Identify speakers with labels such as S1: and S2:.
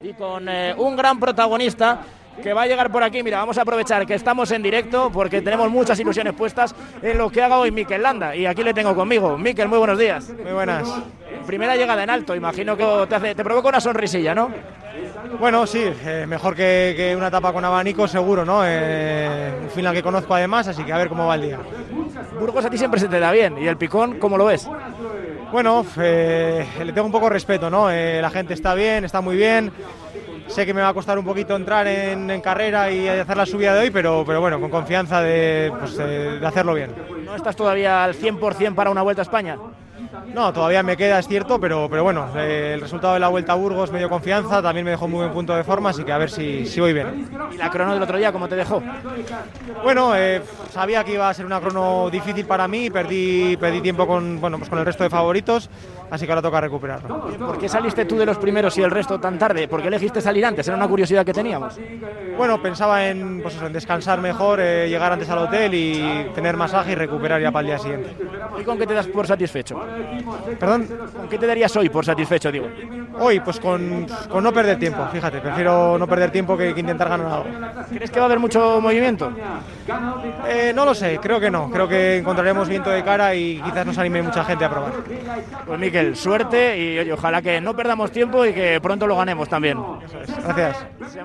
S1: Y con eh, un gran protagonista que va a llegar por aquí. Mira, vamos a aprovechar que estamos en directo porque tenemos muchas ilusiones puestas en lo que haga hoy Miquel Landa. Y aquí le tengo conmigo. Miquel, muy buenos días.
S2: Muy buenas.
S1: Primera llegada en alto, imagino que te, hace- te provoca una sonrisilla, ¿no?
S2: Bueno, sí, eh, mejor que, que una etapa con abanico, seguro, ¿no? Eh, un final que conozco además, así que a ver cómo va el día.
S1: Burgos a ti siempre se te da bien. ¿Y el picón, cómo lo ves?
S2: Bueno, eh, le tengo un poco de respeto, ¿no? Eh, la gente está bien, está muy bien. Sé que me va a costar un poquito entrar en, en carrera y hacer la subida de hoy, pero, pero bueno, con confianza de, pues, eh, de hacerlo bien.
S1: ¿No estás todavía al 100% para una vuelta a España?
S2: No, todavía me queda, es cierto, pero, pero bueno, eh, el resultado de la Vuelta a Burgos me dio confianza, también me dejó muy buen punto de forma, así que a ver si, si voy bien.
S1: ¿Y la crono del otro día, cómo te dejó?
S2: Bueno, eh, sabía que iba a ser una crono difícil para mí, perdí, perdí tiempo con, bueno, pues con el resto de favoritos, así que ahora toca recuperarlo.
S1: ¿Por qué saliste tú de los primeros y el resto tan tarde? ¿Por qué elegiste salir antes? Era una curiosidad que teníamos.
S2: Bueno, pensaba en, pues eso, en descansar mejor, eh, llegar antes al hotel y tener masaje y recuperar ya para el día siguiente.
S1: ¿Y con qué te das por satisfecho?
S2: Perdón,
S1: ¿Con qué te darías hoy por satisfecho, digo?
S2: hoy pues con, con no perder tiempo, fíjate, prefiero no perder tiempo que, que intentar ganar algo.
S1: ¿Crees que va a haber mucho movimiento?
S2: Eh, no lo sé, creo que no, creo que encontraremos viento de cara y quizás nos anime mucha gente a probar.
S1: Pues Miquel, suerte y oye, ojalá que no perdamos tiempo y que pronto lo ganemos también.
S2: Gracias.